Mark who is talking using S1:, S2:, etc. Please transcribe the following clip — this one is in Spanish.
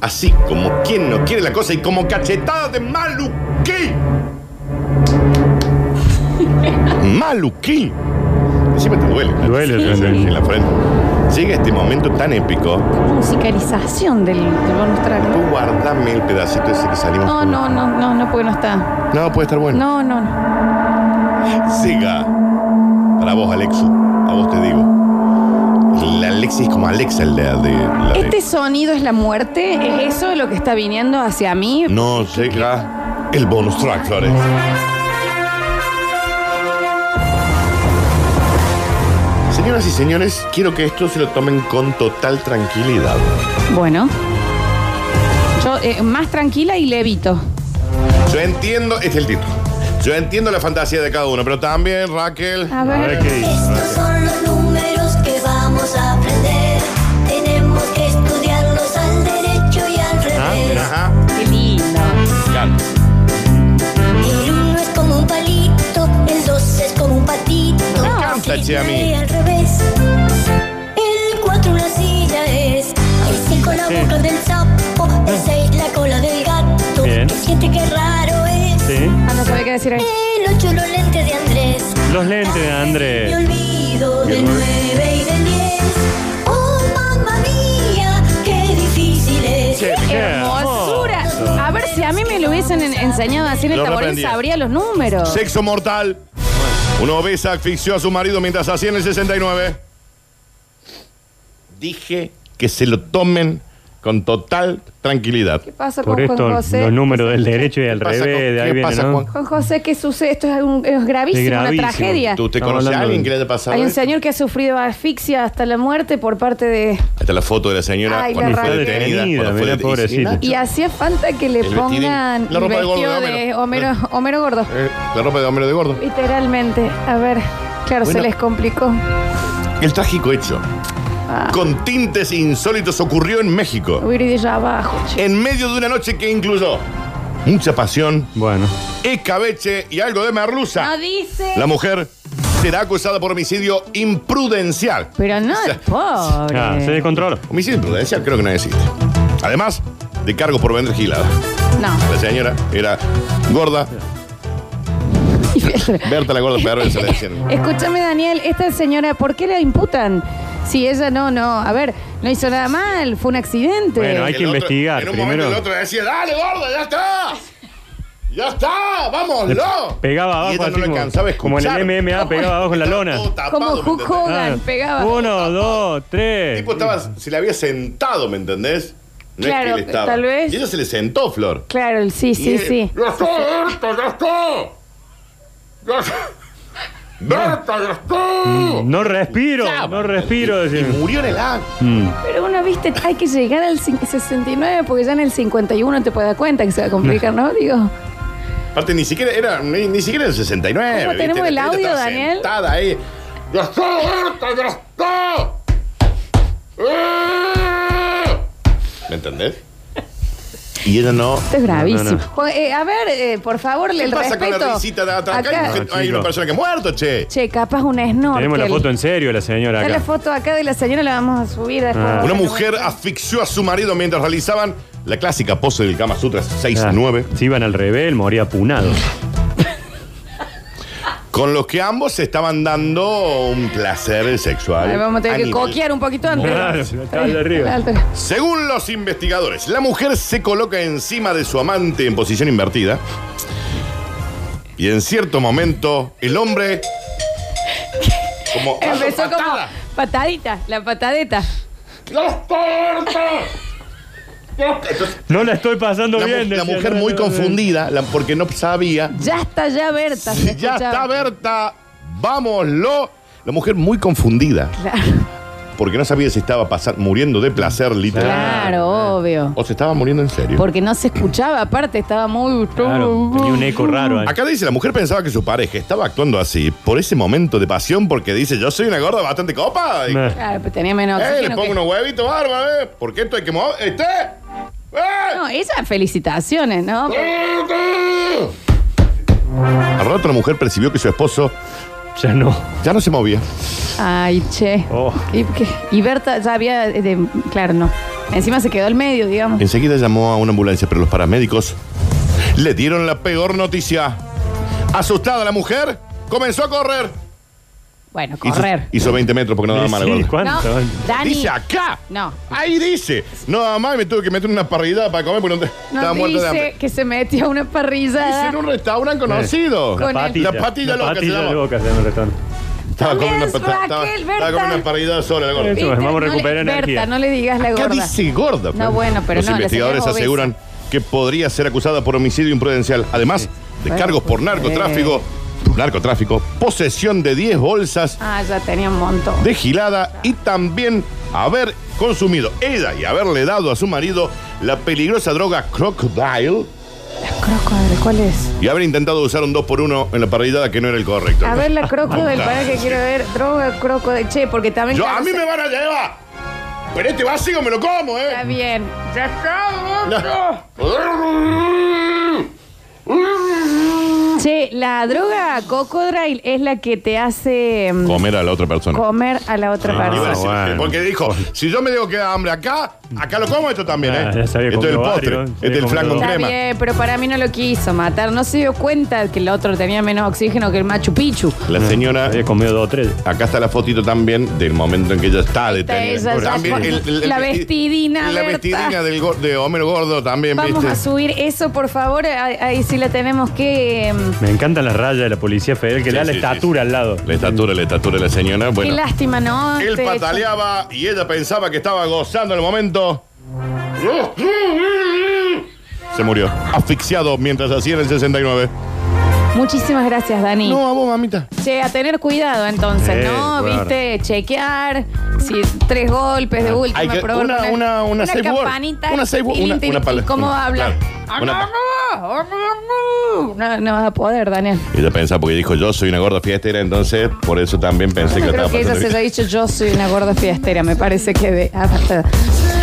S1: Así como quien no quiere la cosa y como cachetada de maluquí. maluquí. Encima te duele. ¿no?
S2: Duele,
S1: en,
S2: duele.
S1: en la frente. Llega este momento tan épico.
S3: Musicalización del, del bonus track.
S1: Tú guardame el pedacito ese que salimos.
S3: No, no, no, no, no, porque no está.
S1: No, puede estar bueno.
S3: No, no, no.
S1: Siga. Para vos, Alexu. A vos te digo. La Alexis es como Alexa, el de. de- la de-
S3: Este sonido es la muerte, es eso lo que está viniendo hacia mí.
S1: No llega el bonus track, Flores. Señoras y señores, quiero que esto se lo tomen con total tranquilidad.
S3: Bueno. Yo eh, más tranquila y levito.
S1: Yo entiendo, este es el título. Yo entiendo la fantasía de cada uno, pero también, Raquel.
S3: A
S2: A ver
S3: ver.
S2: qué dice.
S4: Estos son los números que vamos a aprender. Tenemos que estudiarlos al derecho y
S1: Ah,
S4: al revés.
S1: Ajá.
S3: Qué lindo.
S1: Canta.
S4: El uno es como un palito, el dos es como un patito.
S1: Me encanta,
S4: el
S1: che, a mí.
S4: nueve al revés. El cuatro una silla es. El cinco la boca del sapo. El seis la cola del gato.
S2: Bien.
S4: El siete qué raro es.
S2: Sí.
S3: Ah, no sabía qué decir ahí.
S4: El ocho los lentes de Andrés.
S2: Los lentes de
S4: Me
S2: Andrés.
S4: olvido
S1: Bien,
S4: del
S1: ¿no?
S4: 9 y del 10. Oh, mamma mía, qué difícil es.
S2: Che, qué
S3: Hermosura.
S2: hermoso.
S3: A ver si a mí me lo hubiesen en- enseñado a hacer el
S1: Lo
S3: tamboril,
S1: reaprendí.
S3: sabría los números.
S1: Sexo mortal. Una obesa asfixió a su marido mientras hacía en el 69. Dije que se lo tomen con total tranquilidad.
S3: ¿Qué pasa con
S2: Por
S3: Juan
S2: esto,
S3: José?
S2: los números del derecho y al
S1: ¿Qué pasa
S2: revés,
S1: con-
S2: de ahí
S1: qué
S2: viene,
S1: pasa,
S2: ¿no?
S1: Juan?
S3: Juan José, ¿qué sucede? Esto es, un- es gravísimo,
S2: Es gravísimo.
S3: una tragedia.
S1: ¿Tú te
S2: Estamos
S1: conoces a
S2: hablando
S1: alguien
S2: de-
S1: que le haya pasado?
S3: Hay un
S1: eso?
S3: señor que ha sufrido asfixia hasta la muerte por parte de...
S1: Ahí está la foto de la señora
S3: Ay,
S1: cuando
S3: la
S1: fue
S3: radio.
S1: detenida.
S2: Detenida,
S1: cuando fue
S2: mirá,
S1: deten-
S2: pobrecita.
S1: ¿Y
S3: Y hacía falta que le
S1: El vestidín.
S3: pongan
S1: La
S3: el
S1: ropa de gordo de
S3: vestido de
S1: Homero.
S3: Homero, Homero Gordo.
S1: Eh, La ropa de hombre de gordo.
S3: Literalmente. A ver, claro, se
S1: Bueno.
S3: les complicó.
S1: El trágico hecho.
S3: Ah.
S1: Con tintes insólitos ocurrió en México.
S3: Huir de allá abajo, che.
S1: En medio de una noche que incluyó mucha pasión,
S2: Bueno,
S1: escabeche y algo de merluza.
S3: No dice.
S1: La mujer será acusada por homicidio imprudencial.
S3: Pero no
S1: O
S3: es
S1: sea,
S3: pobre.
S2: ah, se descontrola.
S1: Homicidio imprudencial creo que no existe. Además de cargos por vender gilada.
S3: No.
S1: La señora era gorda. Berta la gorda perversa le decían.
S3: Escúchame, Daniel, esta señora, ¿por qué la imputan? Si ella no, no. A ver, no hizo nada mal, fue un accidente.
S2: Bueno, hay-
S1: El
S2: que
S1: otro-
S2: investigar
S1: En un
S2: primero.
S1: momento el otro decía, dale gorda, ya está. Ya está, vámonos.
S2: Pegaba
S1: Y
S2: abajo
S1: ella
S2: así
S1: no le alcanzaba a
S2: como en
S1: escuchar.
S2: el MMA, pegaba abajo en la
S1: Estaba
S2: lona.
S1: todo tapado,
S3: Como
S1: ¿me entendés?
S3: Hulk Hogan. Hogan, pegaba.
S2: Uno, dos,
S1: El
S2: tres.
S1: tipo estaba, se le había sentado, ¿me entendés? No es
S3: Claro,
S1: que él estaba.
S3: tal vez.
S1: Y ella se le sentó, Flor.
S3: Claro, el sí, sí,
S1: Y-
S3: sí.
S1: ¡Ya está, Berta, ya está! ¡Ya está! ¡Berta, ya está!
S2: No respiro,
S1: Ya,
S2: no respiro.
S1: Y
S2: decía. Mm,
S1: murió en el acto.
S3: Pero uno, viste, hay que llegar al cin- 69 porque ya en el 51 te puedes dar cuenta que se va a complicar, ¿no? Digo,
S1: Aparte, ni siquiera era, ni, ni siquiera era el 69.
S3: ¿Cómo
S1: ¿viste?
S3: tenemos el
S1: La teta
S3: audio,
S1: estaba
S3: Daniel?
S1: Sentada ahí. ¡Ya está, Berta, ya está! ¡Eh! ¿Me entendés? Y ella no.
S3: esto es gravísimo.
S2: no, no.
S3: Jo- eh, a ver, eh, por favor,
S1: ¿Qué
S3: el
S1: pasa
S3: respeto.
S1: con la risita de atrás? Acá hay,
S3: Acá-
S1: gente-
S2: No,
S1: hay una
S2: chico.
S1: persona que ha muerto, che.
S3: Che, capaz un snorkel.
S2: Tenemos la foto en serio de la señora
S3: Está la
S2: acá.
S3: foto acá de la señora, la vamos a subir después.
S2: Ah.
S1: Una mujer asfixió a su marido mientras realizaban la clásica pose del Kama Sutra 6-9,
S2: Ah, Si iban al revés, él moría punado.
S1: con los que ambos se estaban dando un placer sexual.
S3: Ahí vamos a tener que
S1: animal.
S3: coquear un poquito antes.
S2: Claro, está al de arriba.
S3: Al de-
S1: Según los investigadores, la mujer se coloca encima de su amante en posición invertida. Y en cierto momento, el hombre. Como.
S3: Empezó como
S1: patada.
S3: patadita, la patadeta.
S1: ¡Ya está, Berta! Ya está. Entonces,
S2: No la estoy pasando
S1: la, mu-
S2: bien.
S1: la
S2: decía,
S1: mujer
S2: no,
S1: muy
S2: no, no, no.
S1: confundida, la- porque no sabía
S3: Ya está ya Berta.
S1: Sí,
S3: se
S1: ya
S3: escuchaba.
S1: está Berta, vámoslo. La mujer muy confundida,
S3: Claro,
S1: porque no sabía si estaba pasar, muriendo de placer, literal,
S3: claro, obvio.
S1: o se estaba muriendo en serio.
S3: Porque no se escuchaba, aparte estaba muy...
S2: Claro, tenía un eco raro ahí.
S1: Acá dice, la mujer pensaba que su pareja estaba actuando así por ese momento de pasión, porque dice, yo soy una gorda bastante copa. Y,
S2: Nah.
S3: Claro, pero tenía menos
S1: eh, le
S3: oxígeno
S1: pongo
S3: que-
S1: unos huevitos bárbaros, eh, porque esto hay que mover. ¡Este! ¡Eh!
S3: No, esas felicitaciones, ¿no?
S1: Oh. Al rato la mujer percibió que su esposo
S2: Ya no.
S1: ya no se movía.
S3: Ay, che.
S2: Oh.
S3: Y, que- y Berta ya había... eh, de- claro, no. Encima se quedó al medio, digamos.
S1: Enseguida llamó a una ambulancia, pero los paramédicos le dieron la peor noticia. Asustada la mujer, comenzó a correr.
S3: Bueno,
S1: Hizo-
S3: correr.
S1: Hizo, 20 metros porque no daba más la
S2: Sí,
S1: gorda.
S2: ¿cuánto?
S3: No, Dani.
S1: Dice acá.
S3: No.
S1: Ahí dice. No, mamá, me tuve que meter una parrillada para comer porque no te- estaba
S3: No
S1: muerta de
S3: dice
S1: hambre.
S3: que se metió a una
S1: Dice
S3: parrillada.
S1: en un restaurante conocido.
S3: Con el-
S1: La patilla loca se
S2: patilla
S1: llama.
S2: loca se llama el restaurante.
S1: Estaba comiendo una,
S3: También es
S1: pata- estaba,
S3: Raquel,
S1: estaba
S3: Berta.
S1: comiendo una parrillada sola la gorda.
S2: Eso, vamos a
S3: no le-
S2: recuperar energía.
S3: Berta, no le digas la
S1: Acá
S3: gorda.
S1: dice gorda.
S3: No, bueno, pero
S1: Los
S3: no, la
S1: investigadores
S3: señora es obesa.
S1: aseguran que podría ser acusada por homicidio imprudencial, además de
S3: Bueno,
S1: cargos por
S3: pues, eh.
S1: narcotráfico, narcotráfico, posesión de 10 bolsas
S3: Ah, ya tenía un montón.
S1: de gilada y también haber consumido ella y haberle dado a su marido la peligrosa droga crocodile
S3: La crocodile, ¿cuál es?
S1: y haber intentado usar un 2x1 en la parrillada que no era el correcto.
S3: A ver la crocodile, para que quiero ver. Droga, crocodile. Che, porque también.
S1: Yo,
S3: claro,
S1: a mí
S3: se-
S1: me van a llevar. Pero este vacío me lo como, ¿eh?
S3: Está bien. Ya está,
S1: No.
S3: Che, la droga cocodril es la que te hace mm,
S1: Comer a la otra persona.
S3: comer a la otra
S1: Iba
S2: Ah,
S1: a
S3: persona.
S1: decir, eh,
S2: bueno.
S1: Porque dijo, si yo me digo que da hambre acá, acá lo como esto también,
S2: Ah,
S1: ¿eh?
S2: ya
S1: Esto
S2: sabía
S1: es el
S2: comido
S1: postre,
S2: varios,
S1: este es el
S2: sabía
S1: flan con
S2: comido
S3: Está
S1: crema.
S3: bien, pero para mí no lo quiso matar. No se dio cuenta que el otro tenía menos oxígeno que el Machu Picchu.
S1: La señora,
S2: Había comido dos o tres.
S1: acá está la fotito también del momento en que ella está detenida.
S3: ella ya
S1: También
S3: fue- la vestidina,
S1: La
S3: Berta.
S1: vestidina del go- de Homero Gordo también,
S3: Vamos a
S1: ¿viste?
S3: subir eso, por favor. Ahí, ahí sí la tenemos que. mm,
S2: Me encantan las rayas de la policía federal que
S1: Sí,
S2: le da la
S1: sí, sí,
S2: estatura
S1: sí.
S2: al lado.
S1: La estatura, la estatura de la señora.
S3: Qué
S1: Bueno,
S3: lástima, ¿no?
S1: él
S3: Este-
S1: pataleaba y ella pensaba que estaba gozando en el momento. Se murió, asfixiado mientras hacía en el 69.
S3: Muchísimas gracias, Dani.
S1: No, a vos, mamita.
S3: Che, a tener cuidado entonces,
S2: Sí,
S3: ¿no?
S2: claro.
S3: Viste, chequear, si tres golpes de última,
S1: Hay que-
S3: probar
S1: una-
S3: con el-
S1: una- una safe word.
S3: campanita,
S1: Una safe word,
S3: tilín,
S1: una-
S3: tilín,
S1: una pala-
S3: ¿Cómo
S1: una-
S3: habla?
S1: claro, una
S3: No, no vas a poder, Daniel.
S1: Ella pensaba porque dijo yo soy una gorda fiestera, entonces por eso también pensé
S3: Yo
S1: que
S3: no
S1: lo
S3: creo
S1: estaba
S3: que ella se
S1: pasando
S3: haya dicho yo soy una gorda fiestera, me parece que de... ah, basta.